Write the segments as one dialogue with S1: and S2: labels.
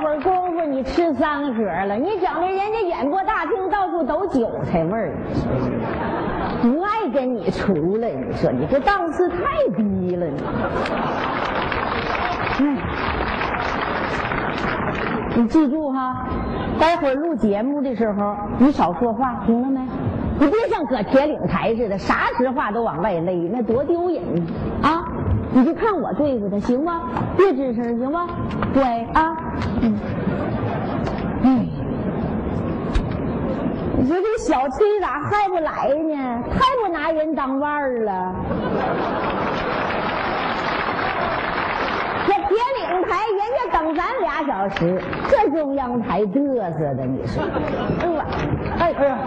S1: 会儿功夫你吃三盒了，你整的人家演播大厅到处都韭菜味儿，不爱跟你处了。你说你这档次太低了，你。哎，你记住哈，待会儿录节目的时候你少说话，听了没？你别像搁铁岭台似的，啥实话都往外勒，那多丢人啊！你就看我对付他行吗？别吱声行吗？乖啊，嗯，哎，你说这小崔咋还不来呢？太不拿人当腕儿了。这铁岭台人家等咱俩小时，这中央台嘚瑟的，你说？哎呦，哎
S2: 哎呀，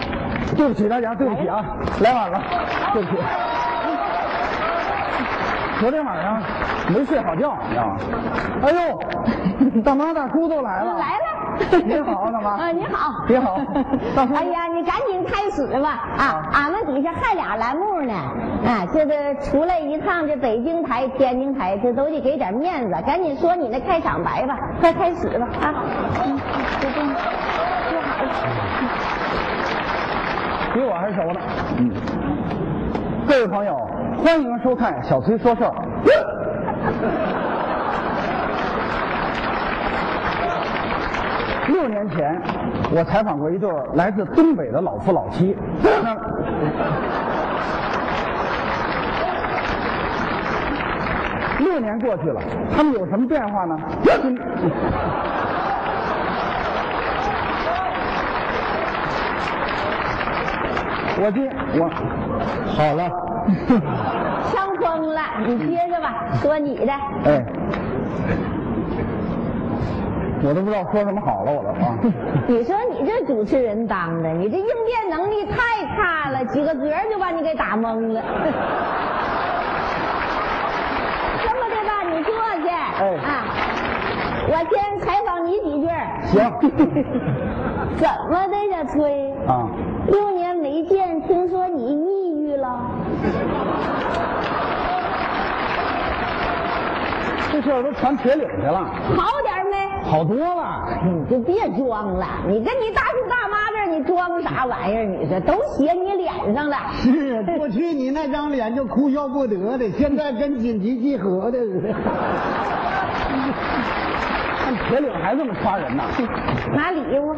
S2: 对不起大家，对不起啊，来晚了，对不起。昨天晚上没睡好觉，你知道吗？哎呦， 大妈大姑都来了。
S1: 嗯来了。
S2: 你好大妈
S1: 啊，你好，
S2: 你好大叔
S1: 哎呀，你赶紧开始吧啊！俺们底下还俩栏目呢，啊，这个出来一趟，这北京台、天津台，这都得给点面子，赶紧说你那开场白吧，快开始吧啊！嗯，就这么，就好
S2: 比我还熟呢。嗯，各位朋友，欢迎收看小崔说事儿。六年前，我采访过一对儿来自东北的老夫老妻。那六年过去了，他们有什么变化呢？今我今我好了。
S1: 呛疯了，你接着吧，说你的，
S2: 哎，我都不知道说什么好了，我都 啊。
S1: 你说你这主持人当的，你这应变能力太差了，几个嗝儿就把你给打懵了。 这么的吧，你坐去，
S2: 哎
S1: 啊，我先采访你几句儿。
S2: 行
S1: 怎么的，小崔？
S2: 啊，
S1: 六年没见，听说你抑郁了，
S2: 这事儿都传铁岭去了，
S1: 好点儿没？
S2: 好多 了。
S1: 你就别装了，你跟你大叔大妈这儿你装啥玩意儿？你这都写你脸上了。
S3: 是，过去你那张脸就哭笑不得的，现在跟紧急集合的似的。
S2: 看铁岭还这么夸人呢。
S1: 拿礼物，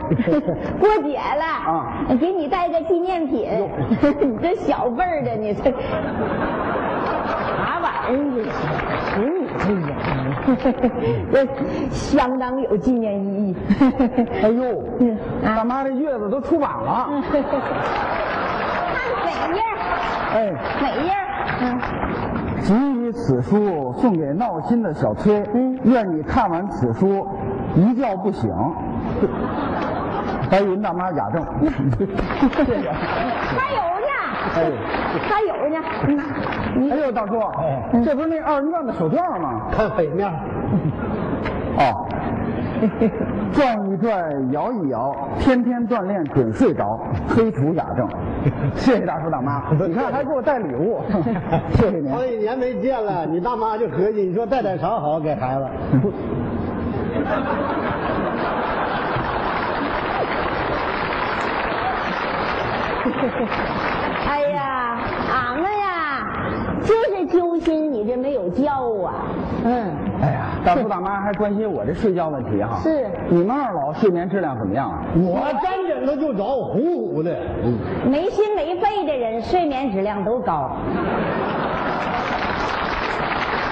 S1: 过节了
S2: 啊
S1: 给你带个纪念品。 你这小辈儿的，你这啥玩意儿？你这你这人， 这相当有纪念意义。
S2: 哎呦，
S1: 嗯
S2: 大妈这月子都出版了。
S1: 看哪页？
S2: 哎，
S1: 哪页？嗯，
S2: 谨以此书送给闹心的小崔，
S1: 嗯
S2: 愿你看完此书一觉不醒。白云大妈雅正，谢谢。
S1: 还有呢，
S2: 哎，
S1: 还有呢。嗯
S2: 哎呦，大叔，这不是那二人转的手绢吗？
S3: 看北面，
S2: 哦，转一转，摇一摇，天天锻炼准睡着，推除雅正。谢谢大叔大妈，你看还给我带礼物，谢谢您。
S3: 好几年没见了，你大妈就合计，你说带点啥好给孩子？
S1: 哎呀，俺们呀，就是揪心你这没有觉啊。嗯，
S2: 哎呀，大叔大妈还关心我这睡觉问题哈、
S1: 是
S2: 你们二老睡眠质量怎么样啊？
S3: 我沾枕头就着，呼呼的。
S1: 没心没肺的人睡眠质量都高。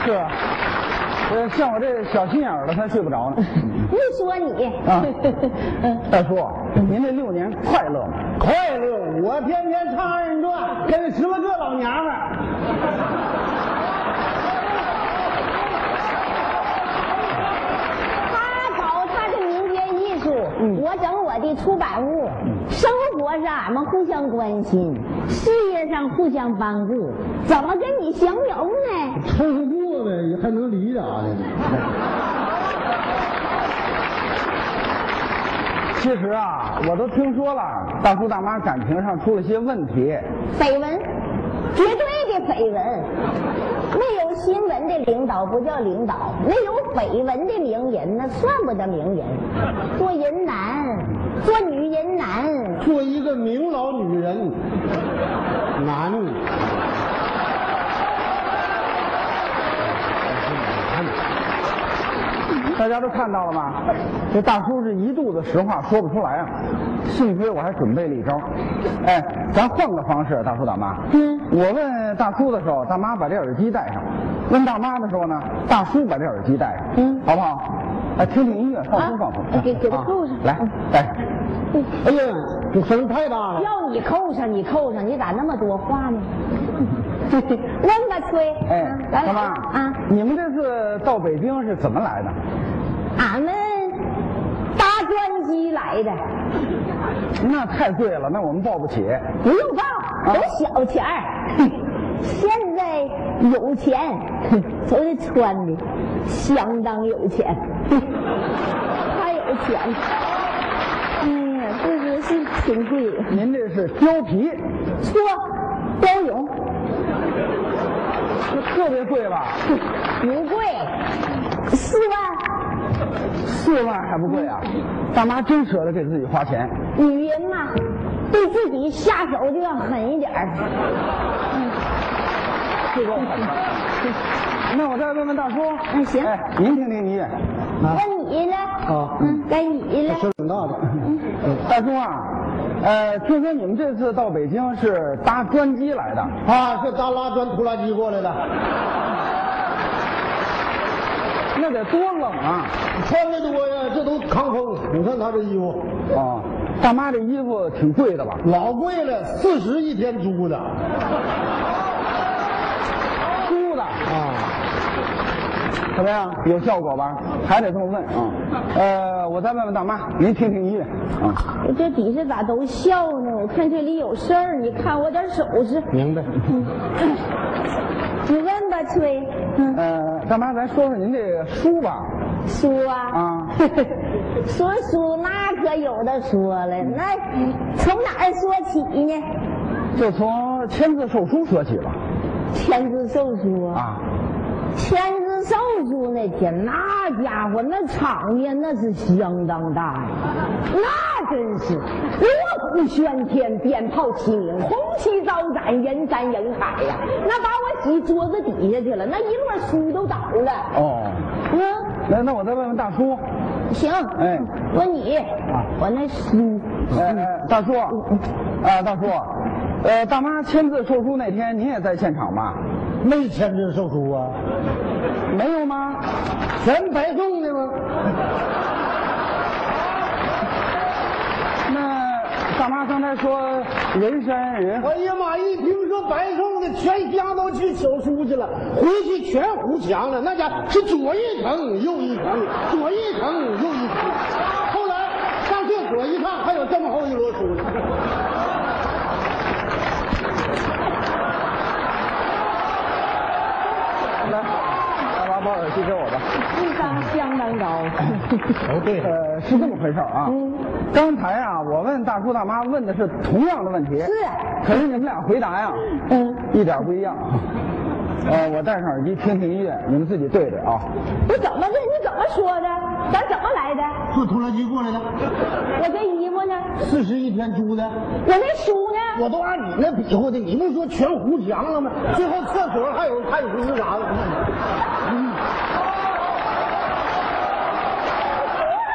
S2: 是啊，呃，像我这小心眼儿的才睡不着呢。
S1: 不说你
S2: 啊
S1: 嗯，
S2: 大叔，您这六年快乐吗？
S3: 快乐，我天天唱二人转，跟十来个老娘们儿。
S1: 他搞他的民间艺术，
S2: 嗯
S1: 我整我的出版物，生活上俺们互相关心，
S2: 嗯
S1: 事业上互相帮助，怎么跟你形容呢？
S3: 凑合过呗，还能离啥的呢？
S2: 其实啊，我都听说了，大叔大妈感情上出了些问题。
S1: 绯闻，绝对的绯闻，那那有新闻的领导不叫领导，那有绯闻的名人那算不得名人，做人难，做女人难。
S3: 做一个明老女人难。
S2: 大家都看到了吗？这大叔是一肚子实话说不出来啊。幸亏我还准备了一招，哎，咱换个方式，啊大叔大妈。
S1: 嗯，
S2: 我问大叔的时候，大妈把这耳机戴上；问大妈的时候呢，大叔把这耳机戴上。
S1: 嗯
S2: 好不好？哎，听听音乐，放松放松。
S1: 啊给给他
S2: 啊
S1: 扣上
S2: 来
S1: 嗯，
S2: 来，
S3: 哎呀，这声太大了。
S1: 要你扣上，你扣上，你咋那么多话呢？ 那么吹，
S2: 哎
S1: 啊，咱
S2: 大
S1: 俩
S2: 妈
S1: 啊，
S2: 你们这次到北京是怎么来的？
S1: 俺们搭专机来的，
S2: 那太贵了，那我们报不起。
S1: 不用报，都小钱儿。现在有钱，都是穿的相当有钱，太有钱了。哎呀，这个是挺贵的。
S2: 您这是貂皮，
S1: 错，貂绒
S2: 这特别贵吧？
S1: 不贵，四万。
S2: 四万还不贵啊！大妈真舍得给自己花 钱。
S1: 女人嘛，对自己下手就要狠一点儿。
S2: 是够狠的。那我再问问大叔，
S1: 嗯行
S2: 哎，您听听音乐。啊，
S1: 该你了，
S3: 啊
S1: 嗯，该你了。
S3: 声挺大的，
S2: 大叔啊，呃，听说你们这次到北京是搭专机来的，
S3: 啊，是搭拉砖拖拉机过来的，
S2: 那得多冷啊！
S3: 穿的多呀，这都抗风。你看他这衣服，
S2: 哦，大妈这衣服挺贵的吧？
S3: 老贵了，四十一天租的
S2: 租的。
S3: 啊。
S2: 怎么样？有效果吧？还得这么问啊、呃，我再问问大妈，您听听音乐啊、
S1: 我这底下咋都笑呢？我看这里有事儿，你看我点首饰。
S3: 明白。
S1: 你问吧，崔。嗯，
S2: 呃，大妈，咱说说您这个书吧。
S1: 叔啊，
S2: 啊
S1: 说书那可有的说了，那从哪儿说起呢？
S2: 就从签字售书说起吧。
S1: 签字售书啊
S2: 啊，
S1: 签字售书那天，那家伙那场面那是相当大呀，那真是锣鼓喧天，鞭炮齐鸣，红旗招展，人山人海呀、那把我挤桌子底下去了，那一摞书都倒了。
S2: 哦，
S1: 嗯，
S2: 那那我再问问大叔，
S1: 行，
S2: 哎
S1: 我你，我那书，
S2: 呃，大叔，啊、大叔，呃，大妈签字售书那天您也在现场吧？
S3: 没签字售书啊，
S2: 没有吗？
S3: 全白送的吗？
S2: 那大妈刚才说人山人海，
S3: 哎呀妈！一听说白送的，全家都去取书去了，回去全糊墙了。那家伙是左一层右一层，左一层右一层。后来上厕所一看，还有这么厚一摞书呢。
S2: 来，大妈把耳机给我吧。
S1: 智商相当高。
S3: 哦，对
S2: 呃，是这么回事儿啊。
S1: 嗯
S2: 刚才啊，我问大叔大妈问的是同样的问题，
S1: 是
S2: 可是你们俩回答呀，
S1: 嗯，
S2: 一点不一样。啊呃，我戴上耳机听听音乐，你们自己对对啊。
S1: 你怎么的？你怎么说的？咱怎么来的？
S3: 坐拖拉机过来的，
S1: 我这衣服呢？
S3: 四十一天租的，
S1: 我那书呢？
S3: 我都按你那比划的，你不说全糊墙了吗？最后厕所还有看书啥的。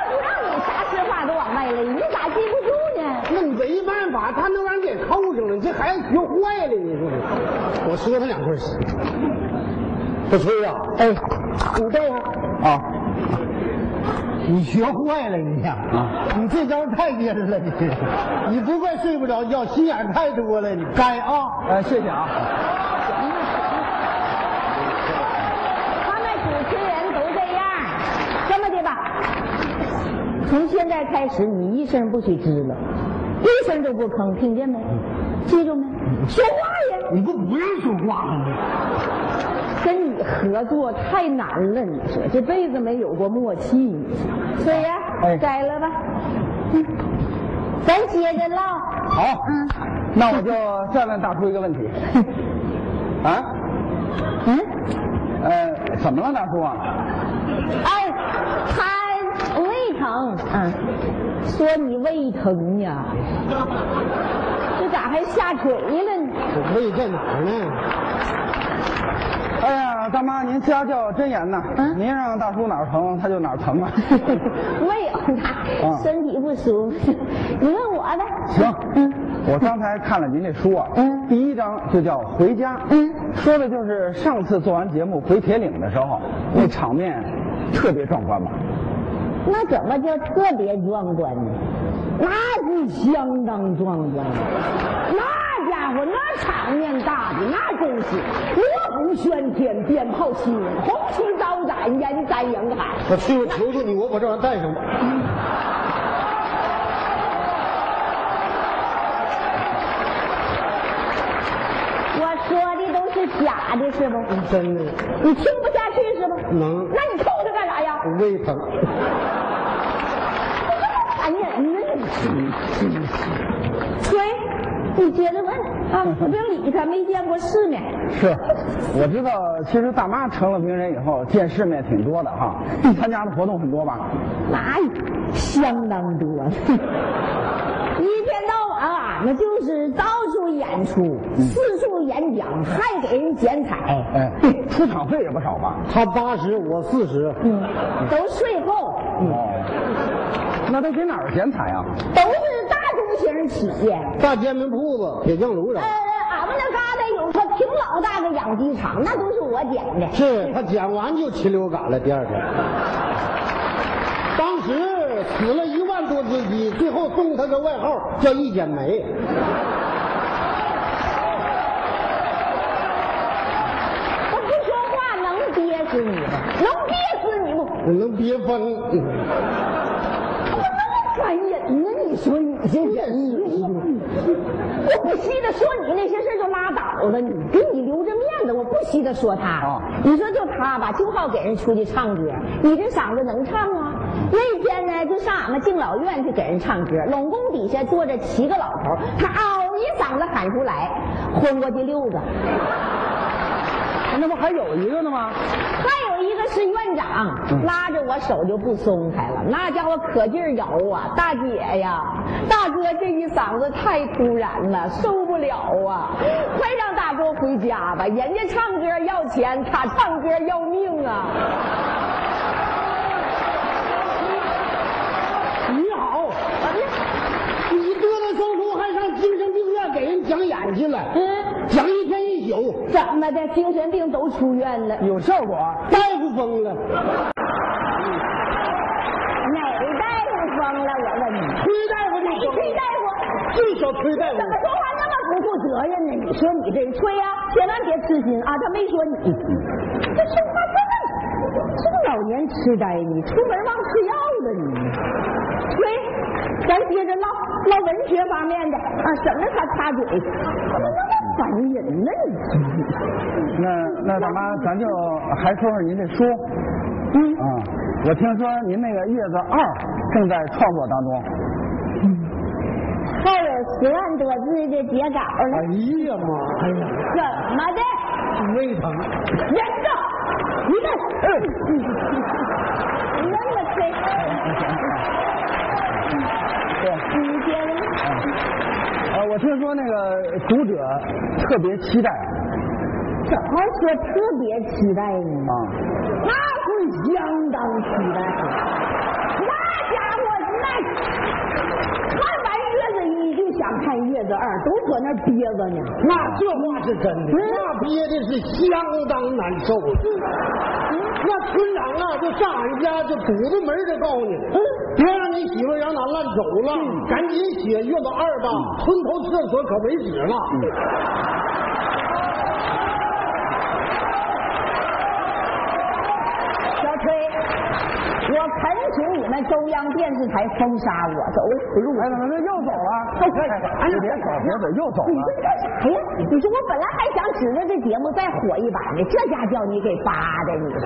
S1: 不让你啥实话都往外勒，你咋记不住呢？
S3: 那你没办法，他都让你给扣上了，你这孩子学坏了，你说是？我说他两句行。小崔呀、
S2: 哎，
S3: 啊你这样，
S2: 啊，
S3: 你学坏了，你呀、
S2: 啊
S3: 你这招太结实了，你这，你不怪睡不着觉，心眼儿太多了，你该啊。
S2: 呃，谢谢啊。
S1: 他们主持人都这样。这么的吧，从现在开始，你一声不许吱了，一声都不吭，听见没？记住没？说话呀！
S3: 你不不让说话了吗？
S1: 跟你合作太难了，你说这辈子没有过默契。你说所以呀、
S2: 哎
S1: 摘了吧，嗯，咱接着唠。
S2: 好，
S1: 嗯
S2: 那我就再问大叔一个问题。啊，呃
S1: 嗯，
S2: 怎么了，大叔啊？
S1: 哎，他胃疼，嗯，说你胃疼呀，这咋还下垂了呢？
S3: 我胃在哪儿呢？
S2: 哎呀，大妈，您家教真严呐！
S1: 嗯
S2: 您让大叔哪儿疼，他就哪儿 疼啊。
S1: 胃有他身体不舒服，你问我呗。
S2: 行，
S1: 嗯，
S2: 我刚才看了您这书啊，
S1: 嗯
S2: 第一章就叫《回家》，
S1: 嗯，
S2: 说的就是上次做完节目回铁岭的时
S1: 嗯
S2: 候，那场面特别壮观吧？
S1: 那怎么叫特别壮观呢？那是相当壮观，那家伙那场面大的那真是锣鼓喧天，鞭炮齐鸣，红旗招展，烟山扬海。
S3: 我去，我求求你，我把这玩意儿带上吧。
S1: 我说的都是假的，是不？
S3: 真的，
S1: 你听不下去是不？
S3: 能
S1: 那你扣他干啥呀？
S3: 我胃疼。
S1: 哎呀，你吹，你接着问啊！我这理他没见过世面，
S2: 是，我知道，其实大妈成了名人以后，见世面挺多的哈，
S1: 嗯
S2: 参加的活动很多吧？
S1: 那相当多，一天到晚啊，那就是到处演出，四处演讲，还给人剪彩，
S2: 哎，出场费也不少吧？
S3: 他八十，我四十，
S1: 嗯，都税后，
S2: 哦，那都给哪儿剪彩啊？
S1: 都是大中型企业。
S3: 大煎饼铺子、铁匠炉上
S1: 呃，，俺们那旮瘩有个挺老大的养鸡场，那都是我捡的。
S3: 是他剪完就禽流感了，第二天。当时死了一万多只鸡，最后送他个外号叫“一剪梅
S1: 我不说话能憋死你吗？能憋死你吗？”，
S3: 能憋疯。
S1: 我那么感人呢？你说你这人，我不稀得说你那些事儿就拉倒了，你给你留着面子，我不稀得说他。
S2: 啊
S1: 你说就他吧，就好给人出去唱歌，你这嗓子能唱啊？那天呢，就上俺们敬老院去给人唱歌，拢共底下坐着七个老头儿，他嗷一嗓子喊出来，昏过去六个。
S2: 那不还有一个呢吗？
S1: 还有一个是院长，拉着我手就不松开了，那家伙可劲儿摇啊！大姐呀，大哥这一嗓子太突然了，受不了啊！快让大哥回家吧，人家唱歌要钱，他唱歌要命啊！
S3: 你好，你嘚瑟生出还上精神病院给人讲演去了，
S1: 嗯，
S3: 讲一天一宿，
S1: 怎么的？精神病都出院了？
S2: 有效果啊？
S3: 大夫疯了，
S1: 哪个大夫疯了？我问你，
S3: 崔大夫就疯
S1: 崔
S3: 了，
S1: 大夫。
S3: 最小崔大夫
S1: 怎么说话那么不负责任呢？你说你这人吹呀、千万别痴心啊！他没说你，这说话真的，这个老年痴呆，你出门忘吃药了你。吹，咱接着唠唠文学方面的啊，省得他插嘴。怎么那么烦人呢你？
S2: 那那大妈，咱就还说说您这书。嗯啊，我听说您那个《叶子二》正在创作当中。
S1: 还有十万多字的截稿
S3: 哎呀妈，哎呀，
S1: 怎么的？
S3: 胃疼，
S1: 人呢？你看，你那么
S2: 哎
S1: 吹，
S2: 对，
S1: 你接着。
S2: 呃，我听说那个读者特别期待啊
S1: 怎么说特别期待呢？
S2: 啊，
S1: 那是相当期待。那家伙那看完月子一就想看月子二，都搁那憋着呢。
S3: 那这话是真的，那憋的是相当难受。那村长啊，就上俺家就堵着门儿就告诉你，别让你媳妇让俺烂走了，赶紧写月子二吧，村头厕所可没纸了。
S1: 小崔，我恳请你们中央电视台封杀我，走了。
S2: 哎，怎么这又走了？哎，别走，别走，又走
S1: 你
S2: 了
S1: 说。你干啥呀？你说我本来还想指着这节目再火一把呢，这家叫你给扒的，你说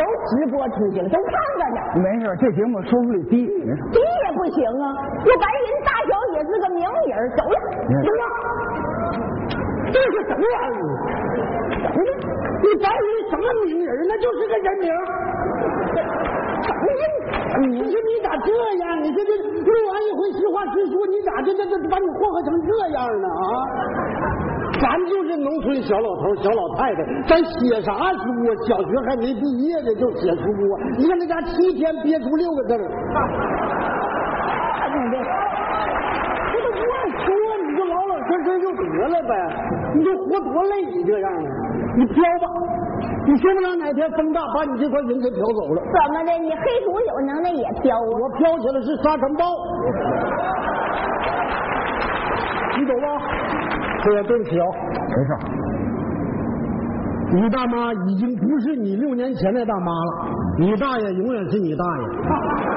S1: 都直播出去了，都看着呢。
S2: 没事，这节目收视率低，没事。
S1: 这也不行啊！这白银大小姐是个名人儿，走了，
S2: 嗯
S1: 走了。这是什么玩意儿？
S2: 你白云什么名人？那就是个人名。哎你说你咋这样？你说这录完一回实话实说，你咋这这这把你祸害成这样呢？啊！咱就是农村小老头儿小老太太，咱写啥书啊？小学还没毕业呢就写书啊！你看那家七天憋出六个字儿。这都不爱说，你就老老实实就得了呗，你这活多累，你这样啊！你飘吧，你说不定哪天风大把你这块云给飘走了。
S1: 怎么的？你黑土有能耐也飘啊？
S2: 我飘起来是沙尘暴，你懂吗？对呀，对不起啊、
S4: 没事儿，
S2: 你大妈已经不是你六年前的大妈了，你大爷永远是你大 爷。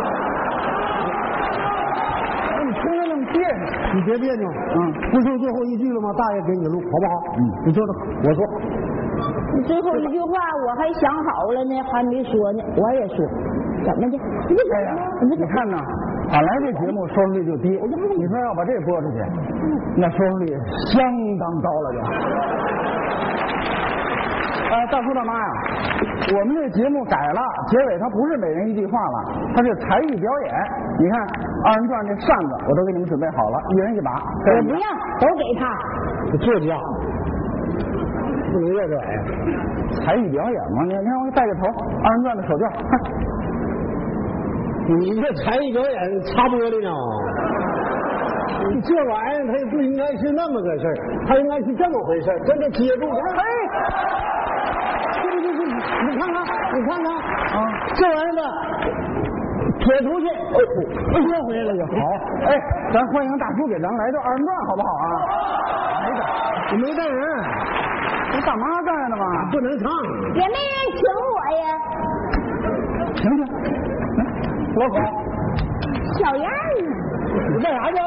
S4: 哎你听着那么别扭，
S2: 你别别扭，嗯，不就最后一句了吗？大爷给你录，好不好？嗯，你坐着，我说，
S1: 你最后一句话我还想好了呢，还没说呢，我也说，怎么的？你怎
S4: 哎呀
S1: 么？你，
S4: 你看呐，本来这节目收视率就低，你说要把这播出去，那收视率相当高了就。哎，大叔大妈呀、我们这节目改了，结尾它不是每人一句话了，它是才艺表演。你看二人转这扇子，我都给你们准备好了，一人一把。
S1: 我不要，都给他。
S2: 你坐下，不能越这玩意儿。
S4: 才艺表演嘛，你你看我带个头，二人转的手绢，看
S2: 你这才艺表演擦玻璃呢？你这玩意儿它也不应该是那么个事儿，它应该是这么回事儿，跟着接住。哎，这这这，你看看，你看看，
S4: 啊，
S2: 这玩意儿吧，撇出去，哎呦，回来了就
S4: 好，哎，咱欢迎大叔给咱来段二人转好不好啊？没的，
S2: 你没带人，
S4: 这大妈在呢嘛，
S2: 不能唱。
S1: 也没人请我呀，
S4: 停停，来老孔，
S1: 小样儿呢。
S2: 嗯你干啥去？